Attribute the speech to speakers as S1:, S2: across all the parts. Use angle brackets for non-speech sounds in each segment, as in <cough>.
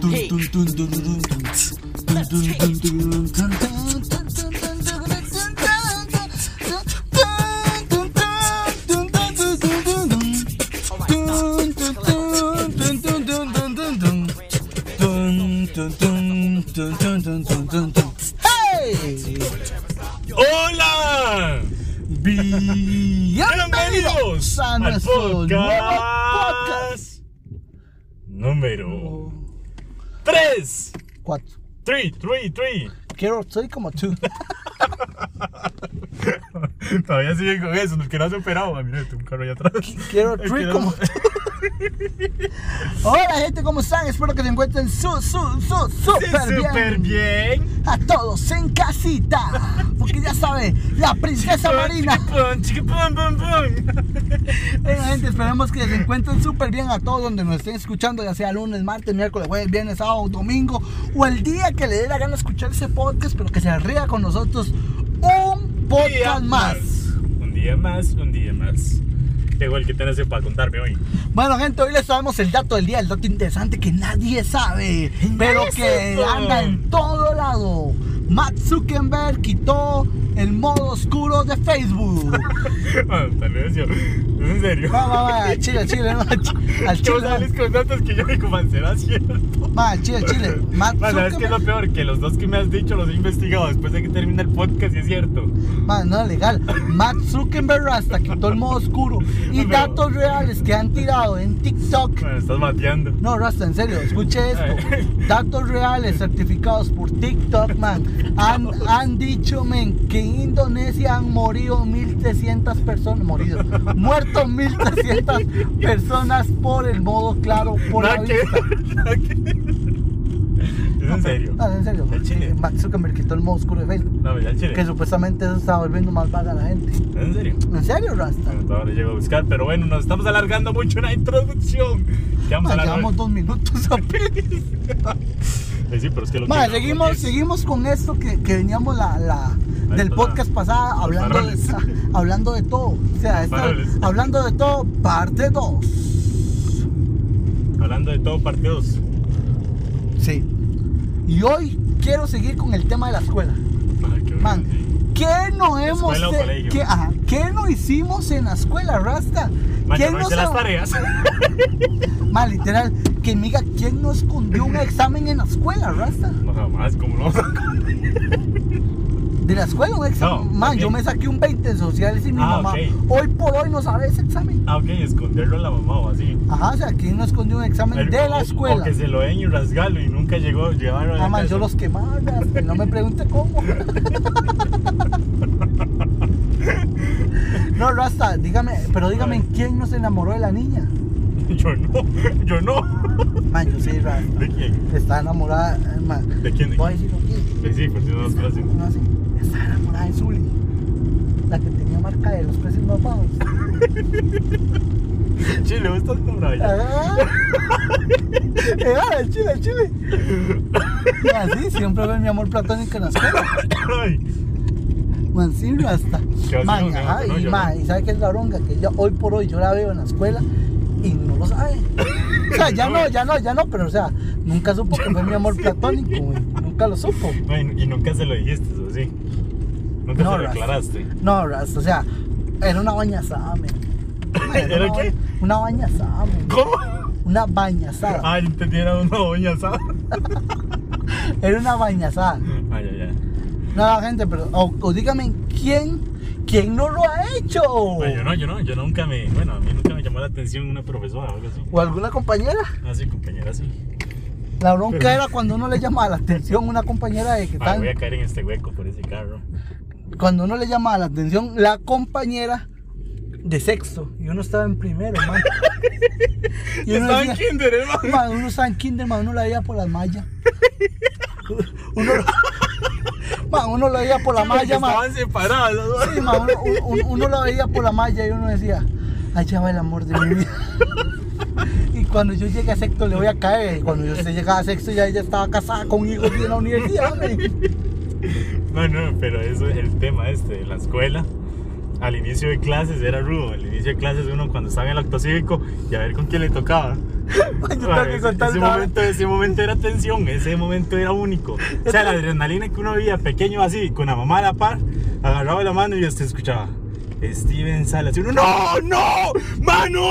S1: VIP.
S2: ¡Hey!
S3: ¡Hola!
S2: Bienvenidos
S3: ¡Bienvenidos
S2: a
S3: al
S2: nuestro nuevo podcast.
S3: podcast número 3.
S2: Cuatro.
S3: 3, 3, 3.
S2: Quiero, soy como tú.
S3: <laughs> Todavía sigue con eso, el que no ha superado. Ah, mira, tengo un carro allá <laughs> atrás.
S2: Quiero
S3: El que
S2: three
S3: no-
S2: como tú. <laughs> Hola gente, ¿cómo están? Espero que se encuentren su, su, su,
S3: Sí,
S2: super,
S3: Súper bien.
S2: A todos en casita. Porque ya saben, la princesa Marina.
S3: Chiquipum, chiquipum, pum, <laughs> pum.
S2: Bueno, gente, esperemos que se encuentren súper bien a todos donde nos estén escuchando, ya sea lunes, martes, miércoles, jueves, viernes, sábado, domingo o el día que le dé la gana escuchar ese podcast, pero que se ría con nosotros un
S3: Día
S2: podcast más.
S3: Un día más, un día más. Llegó el que tenés para contarme hoy. <laughs>
S2: Bueno, gente, hoy les traemos el dato del día, el dato interesante que nadie sabe, pero que
S3: supo.
S2: anda en todo lado. Matt Zuckerberg quitó el modo oscuro de
S3: <laughs>
S2: Facebook.
S3: Ah, Tal vez yo. ¿Es en serio?
S2: Va, va, va, chile, chile, no, chi- al
S3: <laughs> Yo
S2: chile, no.
S3: sales con datos que yo digo, man, será cierto.
S2: Va, al chile, chile. Matt
S3: Man, ¿sabes qué es lo
S2: Zuckerberg,
S3: peor? Que los dos que me has dicho los he investigado después de que termina el podcast y es cierto.
S2: va, no, legal. Matt Zuckerberg hasta quitó el modo oscuro
S3: <laughs>
S2: y
S3: Pero-
S2: datos reales que han tirado en TikTok.
S3: Man, estás mateando.
S2: No, Rasta, en serio, escuche esto.
S3: Ay.
S2: Datos reales certificados por TikTok, man. Han, han dicho, men, que en Indonesia han morido 1.300 personas. Morido. Muerto 1.300 personas por el modo claro, por la
S3: Nada que
S2: vista.
S3: ver, nada que ver. <laughs> Es en serio.
S2: Ah, en serio.
S3: El chile.
S2: Eh, Mark Zuckerberg quitó el modo oscuro de Facebook.
S3: No, mira, el chile.
S2: Que supuestamente eso estaba volviendo más vaga a la gente.
S3: Es en serio.
S2: ¿En serio, Rasta?
S3: Bueno, ahora llego a buscar, pero bueno, nos estamos alargando mucho en la introducción. Ya vamos a
S2: Man,
S3: hablar
S2: llevamos dos minutos <laughs> apenas.
S3: Eh, Sí, pero es que lo
S2: Madre,
S3: que-
S2: seguimos, seguimos con esto que, que veníamos la, la-
S3: Ahí
S2: del
S3: está.
S2: podcast pasado hablando de,
S3: faroles.
S2: ah, <laughs> hablando de todo. O sea, esta-
S3: Faroles.
S2: hablando de todo, parte 2.
S3: Hablando de todo, parte 2.
S2: Sí. Y hoy quiero seguir con el tema de la escuela. Man, ¿qué no hemos
S3: Escuela o
S2: he-
S3: colegio.
S2: qué, ajá, qué no hicimos en la escuela, Rasta?
S3: Man, yo
S2: ¿Quién
S3: no
S2: nos
S3: hice las
S2: ab-
S3: tareas. <laughs>
S2: Ma, literal, que miga, ¿quién no escondió un examen en la escuela, Rasta?
S3: No, jamás, como no.
S2: De la escuela un examen.
S3: No,
S2: Man, yo
S3: ok.
S2: me saqué un 20 en sociales y mi
S3: Ah,
S2: mamá
S3: ok.
S2: hoy por hoy no sabe ese examen.
S3: Ah, ok, esconderlo a la mamá o así.
S2: Ajá, o sea, aquí no escondió un examen
S3: El-
S2: de
S3: o-
S2: la escuela.
S3: O que se lo den y rasgalo y nunca llegó, llegaron a la
S2: Ah, man,
S3: casa.
S2: yo los quemaba, Rasta, y no me pregunte
S3: <laughs>
S2: cómo. No, Rasta, dígame, pero dígame, ¿quién no se enamoró de la niña?
S3: <laughs> Yo no, yo no. <laughs>
S2: Man, yo sí, Rasta.
S3: ¿De quién?
S2: Está enamorada, eh, man.
S3: ¿De quién? ¿De
S2: Voy a
S3: quién?
S2: decirlo aquí.
S3: Eh, Sí, continúa las frases.
S2: <laughs> No sé, está enamorada de Zully. La que tenía marca de los precios más
S3: <laughs>
S2: bajos.
S3: Chile, vos estás tan bravo ya.
S2: Ah. <laughs> Eh, ah, el chile, el chile. Y así siempre ve mi amor platónico en la escuela.
S3: <laughs> Ay,
S2: Man, sí, hasta.
S3: Yo
S2: Man,
S3: sí, no,
S2: ajá,
S3: no,
S2: y,
S3: yo
S2: man, y sabe que es la bronca, que ya hoy por hoy yo la veo en la escuela y no lo sabe. O sea, ya no, ya no, ya no, pero o sea, nunca supo que fue mi
S3: <laughs>
S2: amor platónico, güey. Nunca lo supo.
S3: no, y, y nunca se lo dijiste, ¿o sí? Nunca
S2: No,
S3: se lo
S2: Ras.
S3: declaraste.
S2: No, Rast, o sea, era una bañazada, men.
S3: <laughs> ¿Era
S2: una,
S3: qué?
S2: ba- Una bañazada, men.
S3: ¿Cómo?
S2: Una bañazada.
S3: Ah, Ay, entendí, era una doña, ¿sabes? Ah.
S2: Era una bañazada.
S3: Ay, ay, ay.
S2: No, gente, pero, o, o dígame, ¿quién, ¿quién no lo ha hecho?
S3: Bueno, yo no, yo no, yo nunca me, bueno, a mí nunca me llamó la atención una profesora o algo así.
S2: ¿O alguna compañera?
S3: Así, compañera, así.
S2: La bronca
S3: Pero-
S2: era cuando uno le llamaba la atención una compañera de que
S3: Ay,
S2: tan,
S3: voy a caer en este hueco por ese carro.
S2: cuando uno le llamaba la atención la compañera de sexto y uno estaba en primero,
S3: <laughs>
S2: man. Y uno decía,
S3: kinder, hermano.
S2: "Man, uno estaba en kinder, man, uno la veía por las mallas. <laughs> Uno, lo- <laughs> man, uno la veía por la malla, man.
S3: Estaban separadas las dos.
S2: Sí, man, uno, uno- uno la veía por la malla y uno decía, allá va el amor de mi vida. <laughs> Y cuando yo llegué a sexto le voy a caer. Y cuando yo llegaba a sexto ya ella estaba casada con hijos y en la universidad, man. <laughs>
S3: No, no, pero eso es el tema este de la escuela. Al inicio de clases era rudo, al inicio inicio de clases uno cuando estaba en el acto cívico y a ver con quién le tocaba.
S2: Yo tengo
S3: Mae,
S2: que
S3: ese,
S2: contar
S3: ese
S2: esa vara.
S3: momento, ese momento era tensión, ese momento era único. O sea, la adrenalina que uno vivía pequeño así, con la mamá a la par, agarraba la mano y usted escuchaba. Steven Salas. Y uno, ¡No! ¡No! ¡Mano!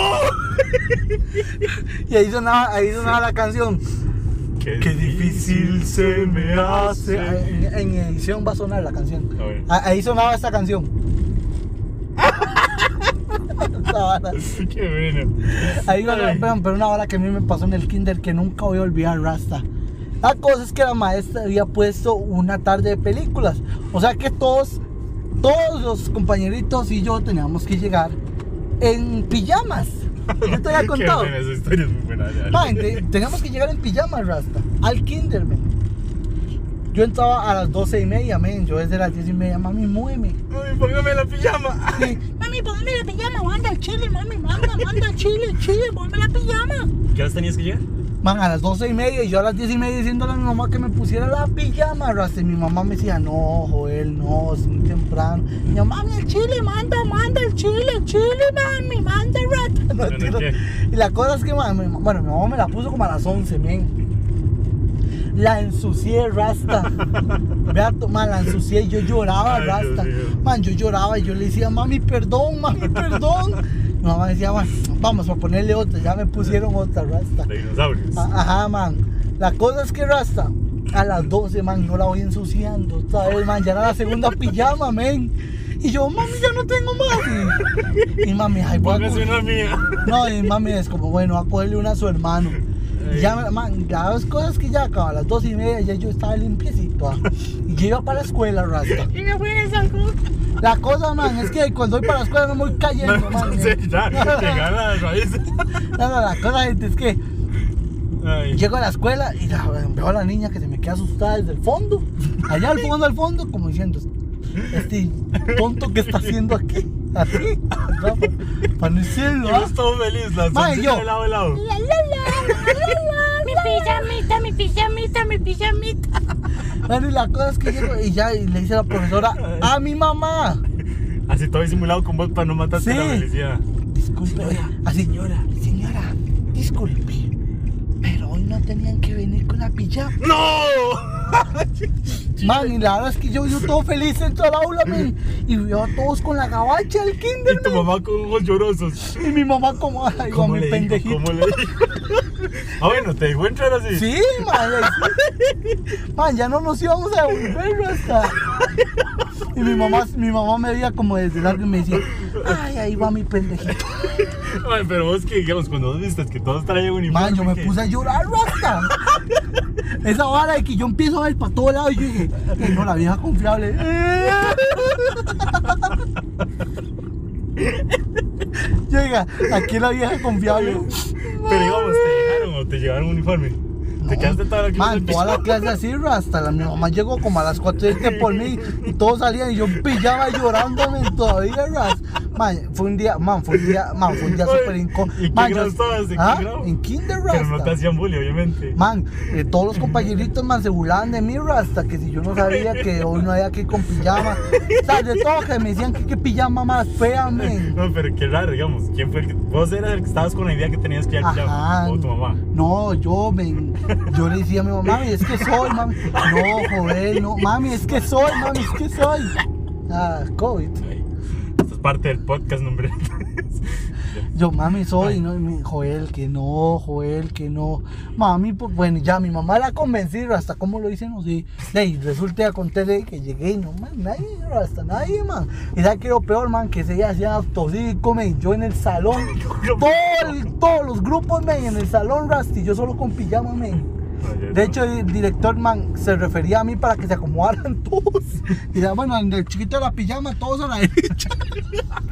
S2: Y ahí sonaba, ahí sonaba la canción. Qué difícil
S3: se me
S2: Sí, En, en edición va a sonar la canción.
S3: A ver. <laughs>
S2: A- Ahí sonaba esta canción. <laughs> Esta vara.
S3: Qué bueno.
S2: Ahí va,
S3: Ay.
S2: pero, pero una hora que a mí me pasó en el kinder que nunca voy a olvidar, Rasta. La cosa es que la maestra había puesto una tarde de películas. O sea que todos, todos los compañeritos y yo teníamos que llegar en pijamas. Yo te había contado.
S3: <laughs> Qué buena, esa historia es muy buena. ya.
S2: Man, te- teníamos que llegar en pijamas, Rasta. Al kinder, men. Yo entraba a las 12 y media, men. Yo desde las 10 y media, mami, muéveme.
S3: Mami, póngame la pijama.
S2: Sí,
S1: Mami, ponme la pijama, manda al chile, mami, manda, manda al chile, chile, ponme la pijama.
S3: ¿Qué horas tenías que llegar?
S2: Man, a las 12 y media y yo a las 10 y media diciéndole a mi mamá que me pusiera la pijama, Rasta. Y mi mamá me decía, no, Joel, no, es muy temprano. Y yo, mami,
S1: Mami, al chile, manda, manda al chile, chile, mami, manda el rato.
S2: <laughs> no,
S3: Bueno,
S2: tiro.
S3: ¿qué?
S2: Y la cosa es que, man, mi- bueno, mi mamá me la puso como a las 11, men. La ensucié,
S3: <laughs>
S2: Rasta. Vea, to- man, la ensucié, yo lloraba,
S3: Ay, Dios
S2: Rasta.
S3: mío.
S2: Man, yo lloraba y yo le decía, mami, perdón, mami,
S3: <laughs>
S2: perdón. Mi mamá decía, "Man, vamos a ponerle otra, ya me pusieron otra, Rasta.
S3: De dinosaurios.
S2: A- Ah, Ajá, man. La cosa es que Rasta, a las 12, man, yo la voy ensuciando. Otra vez, man, ya era la
S3: <laughs>
S2: segunda pijama, men. Y yo, mami, ya no tengo más. Y, y mami, ay, voy a
S3: Póngase una mía.
S2: no, y mami es como, bueno, a cogerle una a su hermano.
S3: Ay.
S2: Y ya, me- man, ya las cosas que ya acaba, a las dos y media ya yo estaba limpiecito. ah. Y yo iba para la escuela,
S3: <laughs>
S2: Rasta.
S1: Y me fui en San Cruz.
S2: La cosa, man, es que cuando voy para la escuela no me voy cayendo, man.
S3: <laughs> No sé,
S2: <laughs>
S3: ya. Llegar a las raíces.
S2: No, no, la cosa gente, es que
S3: Ay.
S2: llego a la escuela y la- veo a la niña que se me queda asustada desde el fondo. Allá al fondo, al fondo, como diciendo, este tonto que está haciendo aquí. Así, ¿no? para no
S3: Y
S2: decirlo,
S3: vos
S2: ¿ah?
S3: todo feliz, la
S2: Mae,
S3: sonrisa
S2: yo.
S3: de lado a lado.
S1: La, la, la, la, la, Mi pijamita, mi pijamita, mi pijamita.
S2: Bueno, y la cosa es que llego y ya y le dice la profesora a mi mamá.
S3: Así todo disimulado con vos para no matarte
S2: Sí.
S3: la felicidad.
S2: Disculpe, así, señora, señora, disculpe, pero hoy no tenían que venir con la pijama.
S3: ¡No!
S2: Man, y la verdad es que yo, yo todo feliz dentro del aula, men, y veo a todos con la gabacha del
S3: <laughs> Y
S2: kinder,
S3: tu mamá con ojos llorosos.
S2: men, y mi mamá como, ay, a mi
S3: le dijo?
S2: pendejito.
S3: ¿Cómo le dijo? <laughs> Ah, bueno, te dejó entrar así.
S2: Sí, man, sí. Man, ya no nos íbamos a devolver hasta. Y mi mamá, mi mamá me veía como desde largo y me decía, ay, ahí va mi pendejito.
S3: Ay, pero vos que digamos, cuando vos viste que todos traen uniforme.
S2: Man, yo me
S3: ¿qué?
S2: puse a llorar, Rasta. Esa vara de que yo empiezo a ver para todos lados y yo dije, "Ay, no, la vieja confiable. <laughs> Yo diga, aquí la vieja confiable.
S3: <laughs> Pero digamos, te dejaron o te llevaron uniforme. Te quedaste toda la clase.
S2: Man,
S3: en
S2: toda la
S3: pijama.
S2: clase así, Rasta. La, mi mamá llegó como a las 4 de este por mí y todos salían y yo pillaba llorándome todavía, Rasta. Man, fue un día, man, fue un día, man, fue un día
S3: Ay,
S2: súper incómodo.
S3: ¿y en qué
S2: Man, yo-
S3: grado estabas? ¿En qué
S2: ¿Ah?
S3: grado?
S2: En kinder, Rasta.
S3: Pero no te hacían bully, obviamente.
S2: Man, eh, todos los compañeritos, man, se burlaban de mí, hasta que si yo no sabía que hoy no había que ir con pijama. O sea, de todo que me decían que qué pijama más fea, men.
S3: No, pero qué raro, digamos. ¿Quién fue el que.? Vos eras el que estabas con la idea que tenías que ir al pijama.
S2: Ajá.
S3: O tu mamá.
S2: No, yo, men. Yo le decía a mi mamá, mami, es que soy, mami. No, joder, no. Mami, es que soy, mami, es que soy. Ah, COVID.
S3: Ay, Esto es parte del podcast, no, hombre. <laughs>
S2: Yo, mami, soy, ¿no? Y me- Joel, que no, Joel, que no. Mami, pues bueno, ya mi mamá la convencí, hasta cómo lo hice, no sé. De ahí, resulta que conté de que llegué y no, man, nadie, hasta nadie, man. Y ya que lo peor, man, que se hacía autocívico, men, yo en el salón, todo el- todos los grupos, men, en el salón, Rasti, yo solo con pijama, men.
S3: No, yo
S2: De
S3: no.
S2: hecho, el director, man, se refería a mí para que se acomodaran <laughs> todos. Y ya, bueno, en el chiquito de la pijama, todos a la derecha.
S3: <laughs>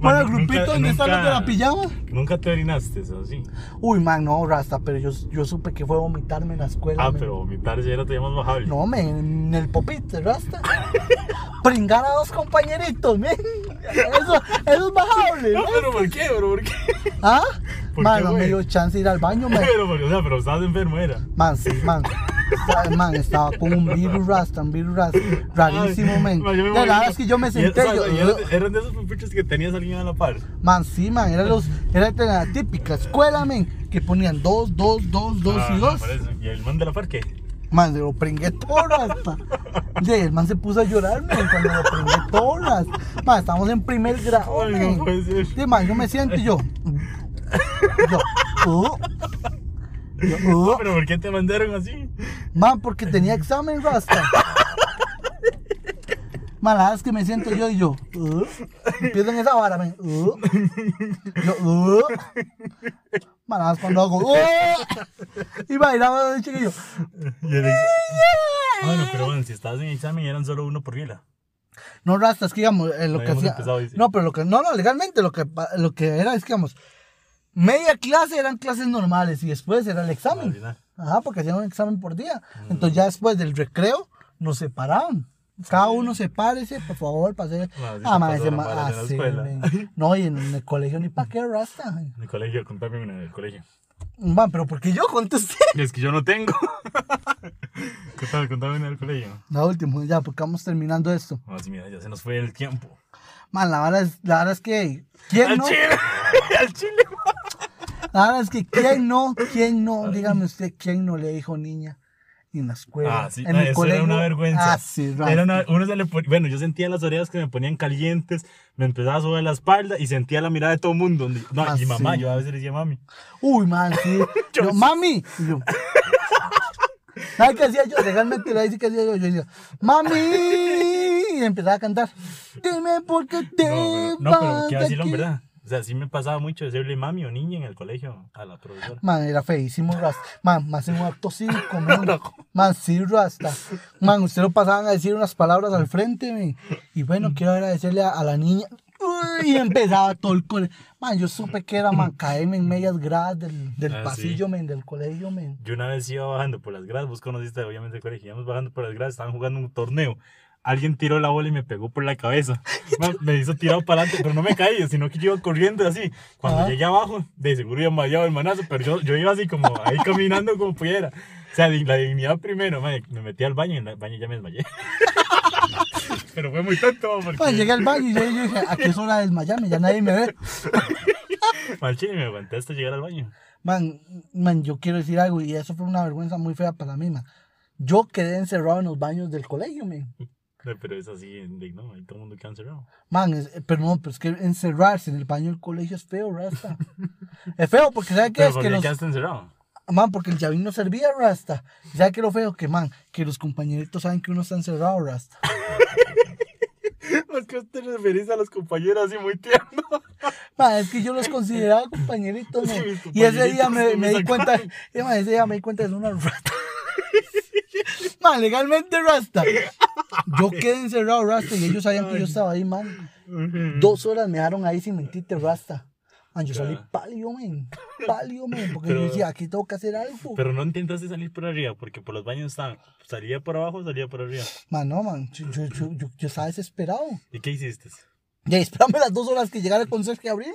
S2: Bueno, el
S3: Nunca-
S2: grupito donde están los de la
S3: nunca-
S2: pijama.
S3: Nunca te orinaste, eso sí.
S2: Uy, man, no, Rasta, pero yo, yo supe que fue a vomitarme en la escuela.
S3: Ah,
S2: men.
S3: pero vomitar ya era todavía más bajable.
S2: No, men, en el popite,
S3: <laughs>
S2: Rasta. Pringar a dos compañeritos, men. Eso, eso es bajable,
S3: <laughs> No,
S2: men.
S3: pero ¿por qué, bro? ¿Por qué? <laughs>
S2: ¿Ah?
S3: ¿Por
S2: Man,
S3: qué,
S2: no me
S3: güey?
S2: dio chance de ir al baño, man.
S3: Pero, porque, o sea, pero estabas enfermo, era.
S2: Man, sí, man. Esa- man, estaba con un virus rasta, un virus rasta, rarísimo,
S3: Ay,
S2: man.
S3: ma, <laughs> yo me
S2: La verdad
S3: morí.
S2: es que yo me
S3: Y-
S2: senté,
S3: o sea,
S2: yo-
S3: y eran- eran de esos pupitres que tenías alguien a la par.
S2: Man, sí, man, era, los, era de la típica escuela, man, que ponían dos, dos, dos, dos
S3: Ah,
S2: y dos.
S3: por eso. ¿Y el man de la par qué?
S2: Man, se lo prengué todo hasta. Y el man se puso a llorar, man, cuando lo prengué todas. Man, estamos en primer grado,
S3: Ay,
S2: man.
S3: no puede ser.
S2: Sí, man, yo me siento y yo. Yo, uh, yo, uh.
S3: No, pero ¿por qué te mandaron así?
S2: Man, porque tenía examen, Rasta. Man, la verdad es que me siento yo y yo. "Uh". empiezo en esa vara, man. "Uh". yo, "Uh". Man, la verdad es cuando hago. "Uh". y bailaba de chiquillo.
S3: Y el ex- Bueno, pero bueno, si estabas en examen eran solo uno por fila.
S2: No, Rasta, es que digamos, eh, lo que
S3: Habíamos
S2: hacía.
S3: empezado ahí, sí.
S2: No, pero lo que. No, no, legalmente lo que, pa- lo que era es que, digamos, media clase eran clases normales y después era el
S3: Al
S2: examen.
S3: final.
S2: Ajá, porque hacían un examen por día. Entonces ya después del recreo nos separaban. Cada uno sepárese, por favor, para hacer...
S3: Maldita
S2: Ah, mae,
S3: pasada
S2: ese ma-
S3: mala en la
S2: ah, sí,
S3: escuela. <laughs>
S2: men. No, y en el colegio ni para qué rasta. men.
S3: En el colegio, contame una en el colegio.
S2: Man, pero porque yo contesté.
S3: Es que yo no tengo. <laughs> contame, contame una en el colegio.
S2: La última, ya, porque vamos terminando esto.
S3: No, sí, mira, ya se nos fue el tiempo.
S2: Man, la verdad es, la verdad es que... ¿Quién
S3: ¡Al
S2: no?
S3: chile! <laughs> ¡Al chile!
S2: La verdad es que ¿quién no? ¿Quién no? Dígame usted, ¿quién no le dijo niña? En la escuela,
S3: Ah, sí,
S2: en
S3: ah,
S2: el
S3: eso
S2: colegio.
S3: era una vergüenza.
S2: Ah, sí,
S3: Era
S2: rasta.
S3: una- uno se le pon- bueno, yo sentía las orejas que me ponían calientes, me empezaba a subir la espalda y sentía la mirada de todo el mundo. donde- No,
S2: Ah,
S3: y mamá,
S2: sí.
S3: yo a veces le decía mami.
S2: Uy, man,
S3: <laughs>
S2: sí. Yo, mami. Y yo. ¿Sabes qué hacía yo? Legalmente la dice que hacía yo. Yo decía, mami. Y empezaba a cantar. Dime por qué te
S3: No, pero, no,
S2: vas
S3: pero quiero
S2: de
S3: decirlo en
S2: aquí".
S3: verdad. O sea, sí me pasaba mucho decirle mami o niña en el colegio a la profesora.
S2: Man, era feísimo Rasta. Man, más en un acto cívico, man.
S3: <laughs>
S2: Man, sí, Rasta. Man, ustedes lo pasaban a decir unas palabras al frente, man. Y bueno,
S3: Mm.
S2: quiero agradecerle a, a la niña. Uy, Y empezaba todo el colegio. Man, yo supe que era man, caerme en medias gradas del, del
S3: Ah, sí.
S2: pasillo, men, del colegio, men.
S3: Yo una vez iba bajando por las gradas, vos conociste obviamente el colegio, íbamos bajando por las gradas, estaban jugando un torneo. Alguien tiró la bola y me pegó por
S2: <laughs>
S3: la cabeza. Ma, Me hizo tirado para adelante, pero no me caí, sino que yo iba corriendo así. Cuando
S2: Ajá.
S3: llegué abajo, de seguro iba mareado el manazo, pero yo, yo iba así como ahí caminando como pudiera. O sea, di- la dignidad primero, ma, me metí al baño y en el baño ya me desmayé. <laughs> pero fue muy tonto, ma,
S2: Pues
S3: porque
S2: llegué al baño y yo, yo dije, ¿a qué es hora desmayarme? Ya nadie me ve.
S3: ma, al chile me aguanté hasta llegar al baño.
S2: Man, man, yo quiero decir algo y eso fue una vergüenza muy fea para mí, man. Yo quedé encerrado en los baños del colegio, man.
S3: No, Pero es así, de- no, ahí todo el mundo queda encerrado.
S2: Man, es- eh, pero no, pero es que encerrarse en el baño del colegio es feo, Rasta. Es feo porque, ¿sabes qué?
S3: Pero
S2: Es
S3: ¿por
S2: que
S3: qué
S2: los,
S3: quedaste encerrado?
S2: man, porque el llavín no servía, Rasta. ¿Sabes qué es lo feo? Que, man, que los compañeritos saben que uno está encerrado, Rasta.
S3: Es que te referís a las compañeras así muy tierno.
S2: Man, es que yo los consideraba compañeritos, man.
S3: Sí, mis
S2: Y ese día
S3: compañeritos
S2: me,
S3: que me
S2: me di cuenta,
S3: sacaron.
S2: eh, man, ese día me di cuenta de ser una rata. <laughs> Man, legalmente rasta. Yo quedé encerrado rasta y ellos sabían que yo estaba ahí, man. Dos horas me dejaron ahí sin mentirte rasta. Man, yo salí
S3: Ya.
S2: pálido, man. Pálido, man. Porque
S3: Pero-
S2: yo decía, aquí tengo que hacer algo.
S3: <laughs> Pero no intentaste salir por arriba, porque por los baños estaban. Salía por abajo, salía por arriba.
S2: Man, no, man. Yo, yo, yo, yo- yo estaba desesperado.
S3: ¿Y qué hiciste?
S2: Y ahí, espérame las dos horas que llegara el conserje a
S3: <laughs>
S2: abrirme.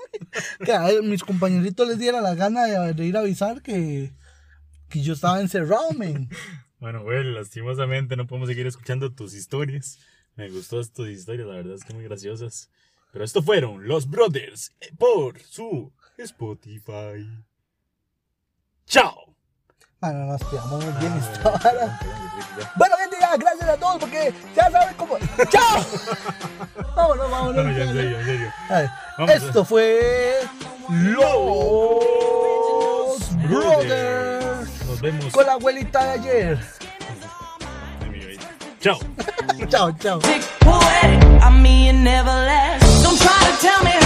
S2: Que a él- mis compañeritos les diera la gana de, de ir a avisar que, que yo estaba encerrado, men.
S3: Bueno, güey, lastimosamente no podemos seguir escuchando tus historias. Me gustó tus historias, la verdad es que muy graciosas. Pero esto fueron los Brothers eh, por su Spotify. ¡Chao!
S2: Bueno, nos pegamos muy bien esta
S3: Ah,
S2: vara. Bueno, gente, ya, gracias a todos porque ya saben cómo.
S3: <laughs>
S2: ¡Chao! vámonos, vámonos.
S3: Bueno, ya en serio, en serio.
S2: Ay,
S3: Vamos a-
S2: Esto fue. Los Brothers.
S3: Nos vemos.
S2: Con la abuelita de ayer.
S3: ¡Chao!
S2: chao, chao.
S4: poetic. I mean, never last. Don't try to tell me how.